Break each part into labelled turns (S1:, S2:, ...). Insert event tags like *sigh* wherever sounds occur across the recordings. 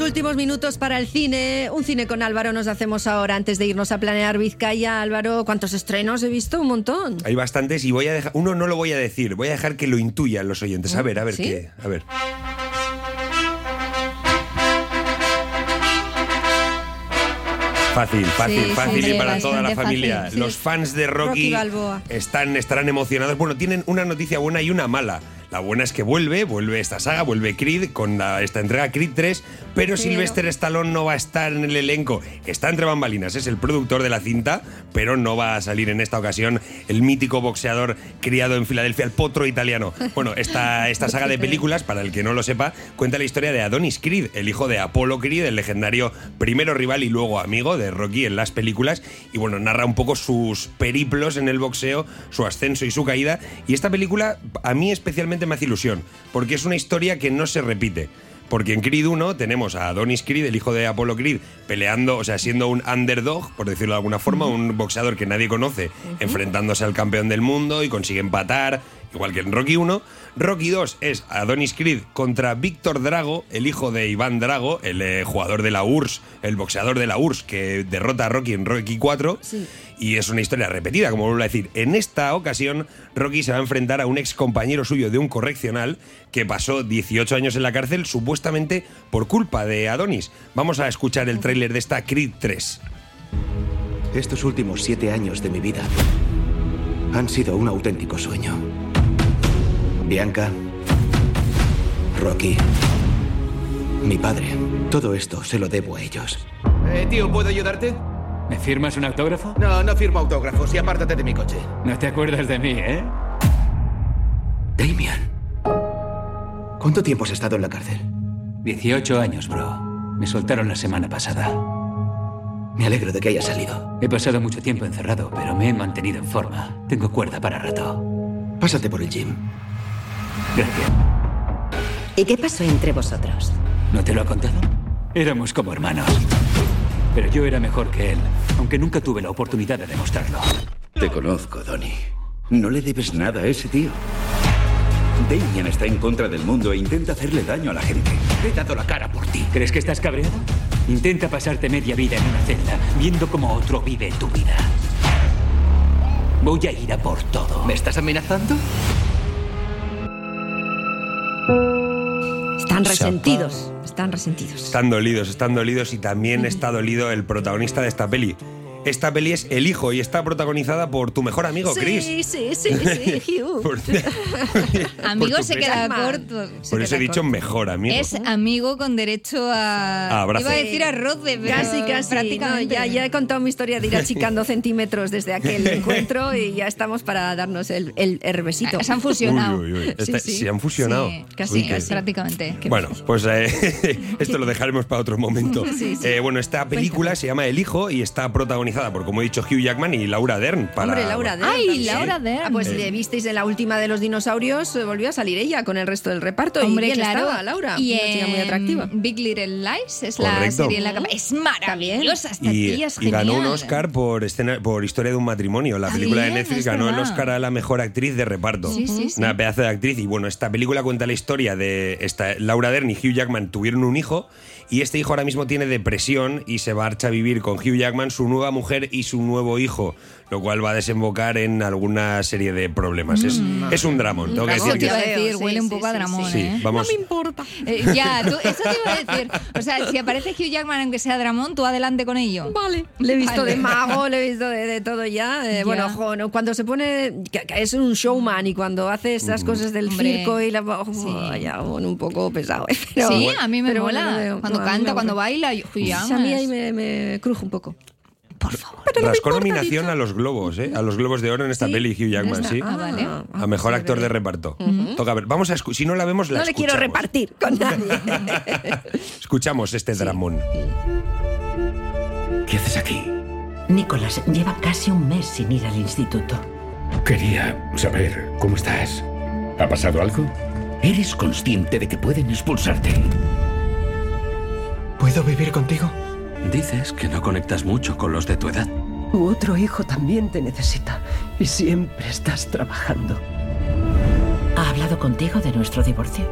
S1: últimos minutos para el cine. Un cine con Álvaro nos hacemos ahora antes de irnos a planear Vizcaya. Álvaro, ¿cuántos estrenos he visto? Un montón.
S2: Hay bastantes y voy a dejar. Uno no lo voy a decir, voy a dejar que lo intuyan los oyentes. A ver, a ver
S1: ¿Sí?
S2: qué. A ver. Fácil, fácil,
S1: Sí,
S2: fácil y
S1: hombre,
S2: para toda la
S3: bastante
S2: familia.
S3: fácil, sí.
S2: Los fans de
S1: Rocky
S2: Rocky,
S1: Balboa.
S2: están, estarán emocionados. Bueno, tienen una noticia buena y una mala. La buena es que vuelve, vuelve esta saga, vuelve Creed con la- esta entrega Creed 3, pero Sylvester Stallone no va a estar en el elenco. Está entre bambalinas, es el productor de la cinta, pero no va a salir en esta ocasión el mítico boxeador criado en Filadelfia, el potro
S1: *laughs*
S2: italiano. Bueno, esta, esta saga de películas, para el que no lo sepa, cuenta la historia de Adonis Creed, el hijo de Apollo Creed, el legendario primero rival y luego amigo de Rocky en las películas. Y bueno, narra un poco sus periplos en el boxeo, su ascenso y su caída. Y esta película a mí especialmente me hace ilusión, porque es una historia que no se repite. Porque en Creed 1 tenemos a Adonis Creed, el hijo de Apollo Creed, peleando, o sea, siendo un underdog, por decirlo de alguna forma, un boxeador que nadie conoce, enfrentándose al campeón del mundo y consigue empatar, igual que en Rocky 1. Rocky 2 es Adonis Creed contra Víctor Drago, el hijo de Iván Drago, el eh, jugador de la URSS, el boxeador de la URSS que derrota a Rocky en Rocky 4.
S1: Sí.
S2: Y es una historia repetida, como vuelvo a decir. En esta ocasión, Rocky se va a enfrentar a un ex compañero suyo de un correccional que pasó 18 años en la cárcel supuestamente por culpa de Adonis. Vamos a escuchar el tráiler de esta Creed 3.
S4: Estos últimos siete años de mi vida han sido un auténtico sueño. Bianca, Rocky, mi padre, todo esto se lo debo a ellos.
S5: Eh, tío, ¿puedo ayudarte?
S6: ¿Me firmas un autógrafo?
S5: No, no firmo autógrafos y apártate de mi coche.
S6: No te acuerdas de mí, ¿eh?
S4: Damian, ¿cuánto tiempo has estado en la cárcel?
S6: 18 años, bro. Me soltaron la semana pasada.
S4: Me alegro de que hayas salido.
S6: He pasado mucho tiempo encerrado, pero me he mantenido en forma. Tengo cuerda para rato.
S4: Pásate por el gym.
S6: Gracias.
S7: ¿Y qué pasó entre vosotros?
S6: ¿No te lo ha contado? Éramos como hermanos. Pero yo era mejor que él, aunque nunca tuve la oportunidad de demostrarlo.
S8: Te conozco, Donnie. No le debes nada a ese tío. Damien está en contra del mundo e intenta hacerle daño a la gente. He dado la cara por ti.
S6: ¿Crees que estás cabreado? Intenta pasarte media vida en una celda, viendo cómo otro vive tu vida. Voy a ir a por todo.
S5: ¿Me estás amenazando?
S1: Están resentidos. Están resentidos.
S2: Están dolidos, están dolidos y también está dolido el protagonista de esta peli. Esta peli es El Hijo y está protagonizada por tu mejor amigo, Chris.
S1: Sí, sí, sí, sí, Hugh.
S2: *laughs* Por- por
S3: Amigo
S2: tu
S3: se
S2: Chris.
S3: queda
S1: Batman.
S3: corto.
S2: Por eso he dicho mejor amigo.
S3: Es amigo con derecho
S2: A
S3: a.
S2: abrazo.
S3: Iba a decir arroz pero
S1: Casi, casi. No,
S3: Prácticamente.
S1: ya, ya he contado mi historia de ir achicando centímetros desde aquel encuentro y ya estamos para darnos el, el herbesito.
S3: Ah, Se han
S2: Uy,
S3: fusionado.
S2: uy, uy.
S1: Sí,
S2: Está-
S1: sí.
S2: Se han fusionado.
S3: Sí,
S1: casi,
S2: Uy,
S3: Sí,
S2: qué-
S1: casi.
S3: prácticamente.
S2: Bueno, pues eh, *laughs* esto lo dejaremos para otro momento. Eh, bueno, esta película se llama El Hijo y está protagonizada por, como he dicho, Hugh Jackman y Laura Dern. Para,
S1: Hombre, Laura Dern.
S3: Ay,
S1: también.
S3: Laura Dern.
S1: Ah, pues le visteis en la última de los dinosaurios, eh, volvió a salir ella con el resto del reparto. y
S3: Hombre,
S1: bien
S3: claro.
S1: estaba, Laura.
S3: Y
S1: una chica muy
S3: en
S1: atractiva.
S3: Big Little Lies es la
S2: Correcto.
S3: serie en la que. Es maravillosa. Esta
S2: Y,
S3: tía es
S2: y
S3: genial.
S2: ganó un Oscar por, escena, por Historia de un matrimonio. La película de
S3: También,
S2: Netflix
S3: es
S2: ganó el
S3: verdad.
S2: Oscar a la mejor actriz de reparto.
S3: Sí, sí, sí.
S2: Una pedazo de actriz. Y bueno, esta película cuenta la historia de esta, Laura Dern y Hugh Jackman tuvieron un hijo y este hijo ahora mismo tiene depresión y se marcha a vivir con Hugh Jackman, su nueva mujer y su nuevo hijo, lo cual va a desembocar en alguna serie de problemas. Es,
S3: Mm.
S2: es un dramón, tengo que
S3: Eso
S2: decir
S3: te
S2: que
S3: iba a
S1: sí.
S3: decir,
S1: Sí,
S3: huele un
S1: sí,
S3: poco a
S1: sí,
S3: dramón,
S2: sí.
S3: ¿eh?
S2: Vamos. No me
S3: importa. ya, tú, eso te iba a decir. O sea, si aparece Hugh Jackman, aunque sea dramón, tú adelante con ello.
S1: Vale. Le he *laughs* visto
S3: Vale.
S1: de mago, le he visto de, de todo ya. Eh,
S3: Ya.
S1: Bueno, ojo, ¿no? cuando se pone. que- que es un showman y cuando hace
S2: Mm.
S1: esas cosas del
S3: Hombre,
S1: circo y la. oh,
S3: sí.
S1: ya, bueno, un poco pesado. *laughs* eh, pero-
S3: sí, a mí me
S1: pero bueno,
S3: mola.
S1: no me-
S3: cuando
S1: no, a mí
S3: canta,
S1: me
S3: cuando
S1: mola.
S3: baila, yo, Hugh
S1: Sí, A
S3: Jackman
S1: mí ahí
S3: es-
S1: me, me crujo un poco.
S3: Por favor.
S2: Rascó nominación a los globos, ¿eh? A los globos de oro en esta
S3: Sí,
S2: peli Hugh Jackman,
S3: está-
S2: sí.
S3: ah, vale.
S1: pues
S2: A mejor actor de reparto. Toca ver. Vamos a escu- si no la vemos la
S1: no le quiero
S2: escuchamos.
S1: repartir con nadie.
S2: *laughs* Escuchamos este dramón.
S8: ¿Qué haces aquí?
S7: Nicolás lleva casi un mes sin ir al instituto.
S8: Quería saber cómo estás. ¿Ha pasado algo? ¿Eres consciente de que pueden expulsarte?
S5: ¿Puedo vivir contigo?
S8: Dices que no conectas mucho con los de tu edad.
S9: Tu otro hijo también te necesita y siempre estás trabajando.
S7: ¿Ha hablado contigo de nuestro divorcio?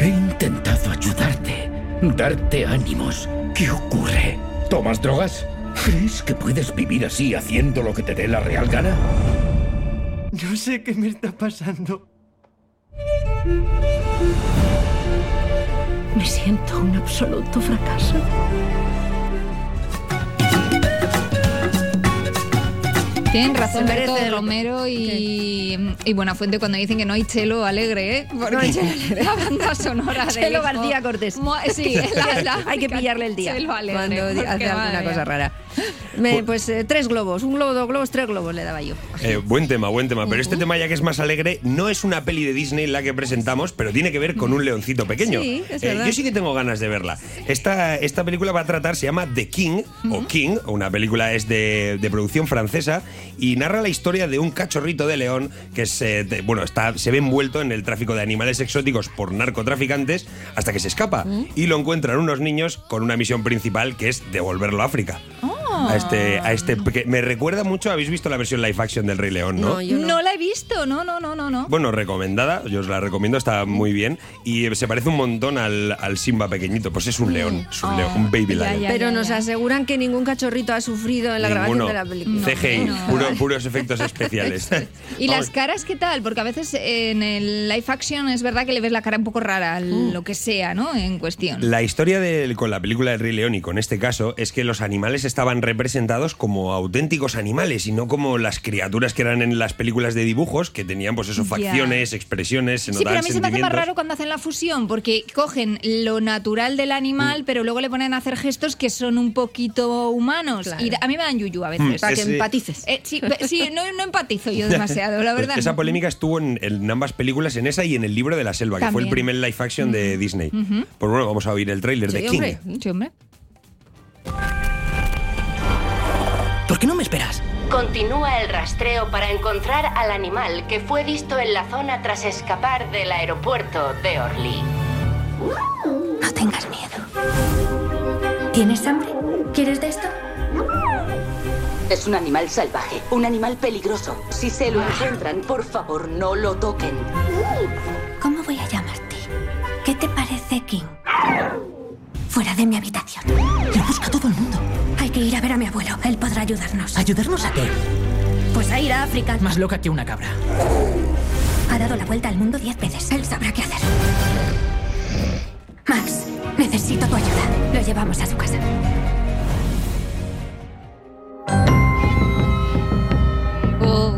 S8: He intentado ayudarte, Darte ánimos. ¿Qué ocurre?
S10: ¿Tomas drogas?
S8: ¿Crees que puedes vivir así haciendo lo que te dé la real gana?
S5: No sé qué me está pasando.
S7: Me siento un absoluto fracaso.
S3: Tienen razón
S1: Se merece
S3: Berto
S1: el-
S3: Romero y, y Buenafuente cuando dicen que no hay chelo alegre, ¿eh? Porque
S1: No hay chelo alegre.
S3: La banda sonora de
S1: Chelo García Cortés.
S3: Sí,
S1: *laughs*
S3: la- la-
S1: Hay que pillarle el día
S3: Chelo alegre.
S1: cuando
S3: porque
S1: hace alguna
S3: madre mía.
S1: cosa rara. Me- pues eh, tres globos, un globo, dos globos, tres globos le daba yo.
S2: Eh, buen tema, buen tema. Pero este tema, ya que es más alegre, no es una peli de Disney la que presentamos, pero tiene que ver con un leoncito pequeño.
S1: Sí, es
S2: Eh,
S1: verdad.
S2: yo sí que tengo ganas de verla. Esta, esta película va a tratar, se llama The King, o King, una película es de, de producción francesa, y narra la historia de un cachorrito de león que se, de- bueno, está, se ve envuelto en el tráfico de animales exóticos por narcotraficantes hasta que se escapa. Y lo encuentran unos niños con una misión principal que es devolverlo a África. A este, a este peque- me recuerda mucho, habéis visto la versión live action del Rey León, ¿no?
S1: No, yo no.
S3: No la he visto, no, no, no, no, no.
S2: Bueno, recomendada, yo os la recomiendo, está muy bien. Y eh, se parece un montón al, al Simba pequeñito, pues es un león, es un,
S3: Oh,
S2: león, un baby
S3: ya,
S2: lion.
S3: ya.
S1: Pero nos aseguran que ningún cachorrito ha sufrido en la grabación
S2: Ninguno.
S1: de la película. Ah,
S2: CGI,
S3: No.
S2: puro- puros efectos
S3: *laughs*
S2: especiales.
S3: ¿Y
S2: Vamos,
S3: las caras qué tal? Porque a veces en el live action es verdad que le ves la cara un poco rara,
S1: Uh.
S3: al- lo que sea, ¿no? En cuestión.
S2: La historia del- con la película del Rey León y con este caso es que los animales estaban representados como auténticos animales y no como las criaturas que eran en las películas de dibujos que tenían pues eso,
S3: Ya.
S2: facciones, expresiones, se
S3: Sí, pero a
S2: notaban
S3: mí se me hace más
S2: sentimientos.
S3: raro cuando hacen la fusión, porque cogen lo natural del
S2: Mm.
S3: animal, pero luego le ponen a hacer gestos que son un poquito humanos.
S1: Claro.
S3: Y a mí me dan yuyu a veces.
S1: Para que
S2: Mm. Ese-
S1: empatices.
S3: Eh, sí, pe- sí, no, no
S2: *laughs*
S3: empatizo yo demasiado, la verdad.
S2: Pues Esa polémica estuvo en, en ambas películas, en esa y en el libro de la selva, que fue el
S3: También.
S2: primer live action de Disney. Pues bueno, vamos a oír el tráiler de
S1: Sí,
S2: King.
S1: hombre.
S3: Sí, hombre.
S9: ¿Por qué no me esperas?
S11: Continúa el rastreo para encontrar al animal que fue visto en la zona tras escapar del aeropuerto de Orly.
S7: No tengas miedo. ¿Tienes hambre? ¿Quieres de esto?
S11: Es un animal salvaje, un animal peligroso. Si se lo encuentran, por favor, no lo toquen.
S7: ¿Cómo voy a llamarte? ¿Qué te parece, King? Fuera de mi habitación.
S9: Lo busca todo el mundo.
S7: Hay que ir a ver a mi abuelo. Él podrá ayudarnos.
S9: ¿Ayudarnos a qué?
S7: Pues a ir a África.
S9: Más loca que una cabra.
S7: Ha dado la vuelta al mundo diez veces. Él sabrá qué hacer. Max, necesito tu ayuda. Lo llevamos a su casa.
S3: Oh,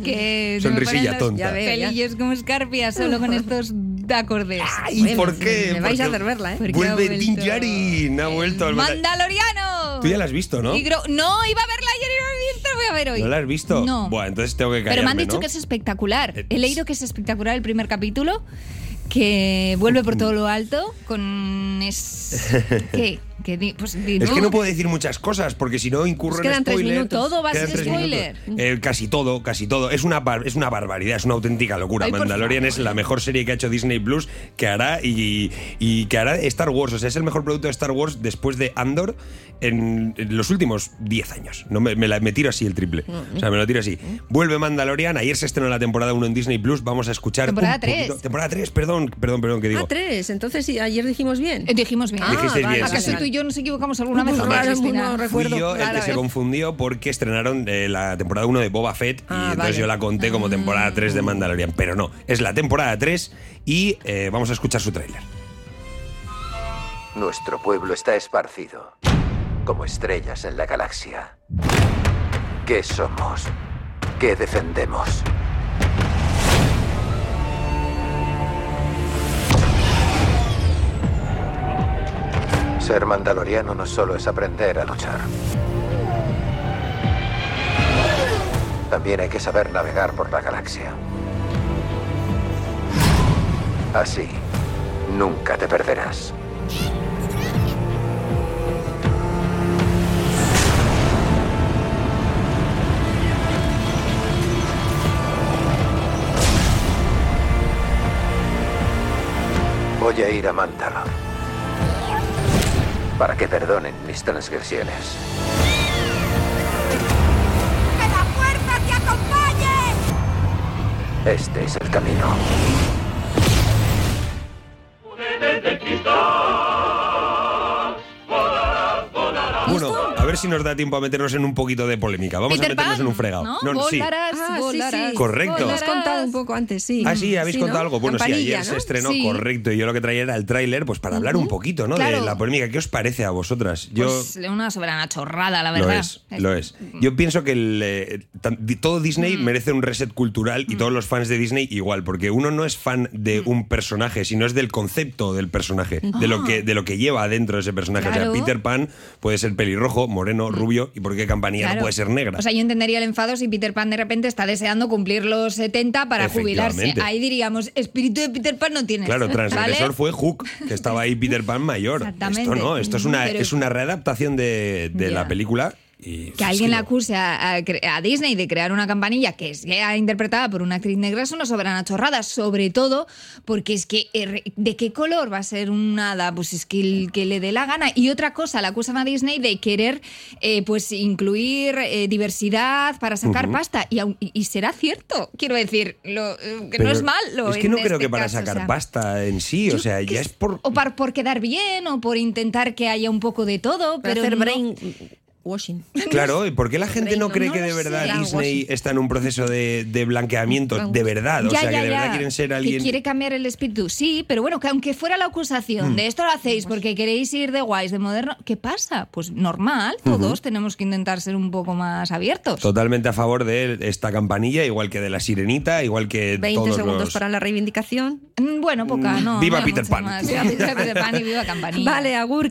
S2: *laughs*
S3: que se me
S2: Sonrisilla
S3: ponen los
S2: tonta.
S1: Ya veo, ya.
S3: pelillos como escarpia solo con estos acordes.
S2: ¿Y
S1: Bueno,
S2: por qué?
S1: Me vais a
S2: Porque
S1: hacer verla, ¿eh?
S3: Porque ha
S2: Vuelve
S3: vuelto
S2: Din Djarin, ha vuelto. al-
S3: ¡Mandaloriano!
S2: Tú ya la has visto, ¿no?
S3: Y Gro- no, iba a verla ayer y no la he visto, la voy a ver hoy.
S2: ¿No la has visto?
S3: No.
S2: Bueno, entonces tengo que callarme,
S3: Pero me han dicho
S2: ¿no?
S3: que es espectacular.
S2: Eh,
S3: He leído que es espectacular el primer capítulo, que vuelve por todo lo alto con...
S2: *laughs*
S3: Es... ¿Qué? ¿Qué di- pues di
S2: Es
S3: tú.
S2: que no puedo decir muchas cosas porque si no incurro
S1: Pues
S2: en
S1: quedan tres
S2: spoiler.
S1: minutos.
S3: Todo va a
S2: Quedan
S3: ser
S2: tres
S3: spoiler.
S2: minutos. Eh, casi todo, casi todo. Es una, bar- es una barbaridad, es una auténtica locura.
S3: Ay, por
S2: Mandalorian es
S3: favor.
S2: la mejor serie que ha hecho Disney Plus que hará y, y que hará Star Wars. O sea, es el mejor producto de Star Wars después de Andor en, en los últimos 10 años. No, me, me la- me tiro así el triple.
S3: Mm.
S2: O sea, me lo tiro así. Vuelve Mandalorian. Ayer se estrenó la temporada 1 en Disney Plus. Vamos a escuchar.
S3: Temporada
S2: un poquito-
S3: tres.
S2: Temporada 3, perdón, perdón, perdón, que digo.
S1: Ah, tres. Entonces, sí, ayer dijimos bien.
S3: Eh, Dijimos bien.
S1: Ah,
S2: Dijisteis
S1: vale,
S2: bien, sí,
S1: vale,
S2: sí.
S3: Acaso tú y yo nos equivocamos alguna
S1: Muy
S3: vez.
S1: raro, muy
S3: Cristina?
S1: raro.
S2: Fui
S1: recuerdo
S2: yo el
S1: rara
S2: que se
S1: vez.
S2: confundió porque estrenaron eh, la temporada 1 de Boba Fett y
S1: Ah,
S2: entonces
S1: vale. Mm.
S2: yo la conté como temporada 3 de Mandalorian, pero no, es la temporada 3 y eh, vamos a escuchar su tráiler.
S12: Nuestro pueblo está esparcido, como estrellas en la galaxia. ¿Qué somos? ¿Qué defendemos? Ser mandaloriano no solo es aprender a luchar. También hay que saber navegar por la galaxia. Así, nunca te perderás. Voy a ir a Mandalor para que perdonen mis transgresiones. ¡Que la fuerza te acompañe! Este es el camino.
S11: Desde el cristal.
S2: ver si nos da tiempo a meternos en un poquito de polémica. Vamos
S3: Peter
S2: a meternos
S3: Pan,
S2: en un fregado.
S3: ¿no?
S2: sí.
S3: Volarás,
S1: Ah, sí,
S3: volarás.
S1: sí.
S2: Correcto.
S1: Lo has contado un poco antes, sí. Mm,
S2: Ah, sí, habéis
S1: Sí, ¿no?
S2: contado algo. Bueno, sí,
S1: Campanilla,
S2: ayer se
S1: ¿no?
S2: estrenó,
S1: Sí.
S2: correcto. Y yo lo que traía era el tráiler, pues para hablar un poquito, ¿no?
S3: Claro.
S2: De la polémica. ¿Qué os parece a vosotras? Yo
S3: Pues una soberana chorrada, la verdad.
S2: Lo es, lo es. Yo pienso que el, eh, tan- di- todo Disney
S3: Mm.
S2: merece un reset cultural y todos los fans de Disney igual, porque uno no es fan de
S3: Mm.
S2: un personaje, sino es del concepto del personaje, de, lo
S10: Ah.
S2: que, de lo que lleva adentro ese personaje.
S3: Claro. Mm.
S2: O sea, Peter Pan puede ser pelirrojo, moreno, rubio, y por qué Campanilla
S3: Claro.
S2: no puede ser negra.
S3: O sea, yo entendería el enfado si Peter Pan de repente está deseando cumplir los 70 para jubilarse.
S2: Efectivamente.
S3: Ahí diríamos, espíritu de Peter Pan no tienes. *laughs*
S2: Claro, transgresor
S3: ¿Vale?
S2: fue Hook, que estaba ahí Peter Pan mayor.
S3: Exactamente.
S2: Esto no, esto es una,
S3: Pero-
S2: es una readaptación de, de la
S3: Ya.
S2: película. Y
S3: Que alguien la acuse a, a cre- a Disney de crear una campanilla que sea interpretada por una actriz negra es una soberana chorrada, sobre todo porque es que eh, re- de qué color va a ser una hada, pues es que, el que le dé la gana. Y otra cosa, la acusan a Disney de querer eh, pues incluir eh, diversidad para sacar
S2: Ujú.
S3: pasta. Y, aun- y- y será cierto, quiero decir, lo, eh, que no
S2: Pero
S3: es malo.
S2: Es que
S3: en
S2: no creo
S3: este
S2: que para
S3: caso, o
S2: sacar
S3: sea.
S2: pasta en sí, o sea, ya es por
S3: O par- por quedar bien, o por intentar que haya un poco de todo,
S1: Para
S3: pero
S1: hacer
S3: no-
S1: brain washing.
S2: Claro, ¿y por qué la gente no cree que de verdad
S1: sé.
S2: Disney está en un proceso de, de blanqueamiento? De verdad, o
S3: Ya,
S2: sea,
S3: ya,
S2: que de verdad
S3: ya.
S2: quieren ser
S3: Que
S2: alguien...
S3: quiere cambiar el espíritu, sí, pero bueno, que aunque fuera la acusación
S2: Mm.
S3: de esto lo hacéis porque queréis ir de guays, de moderno, ¿qué pasa? Pues normal, todos
S2: Ujú.
S3: tenemos que intentar ser un poco más abiertos.
S2: Totalmente a favor de esta campanilla, igual que de la sirenita, igual que
S1: 20
S2: todos
S1: segundos
S2: los...
S1: para la reivindicación.
S3: Mm, Bueno, poca, no.
S2: Viva
S3: no,
S2: Peter
S3: mucho
S1: *laughs*
S2: Pan.
S3: más. Viva Peter Pan y viva Campanilla.
S1: Vale, Agur,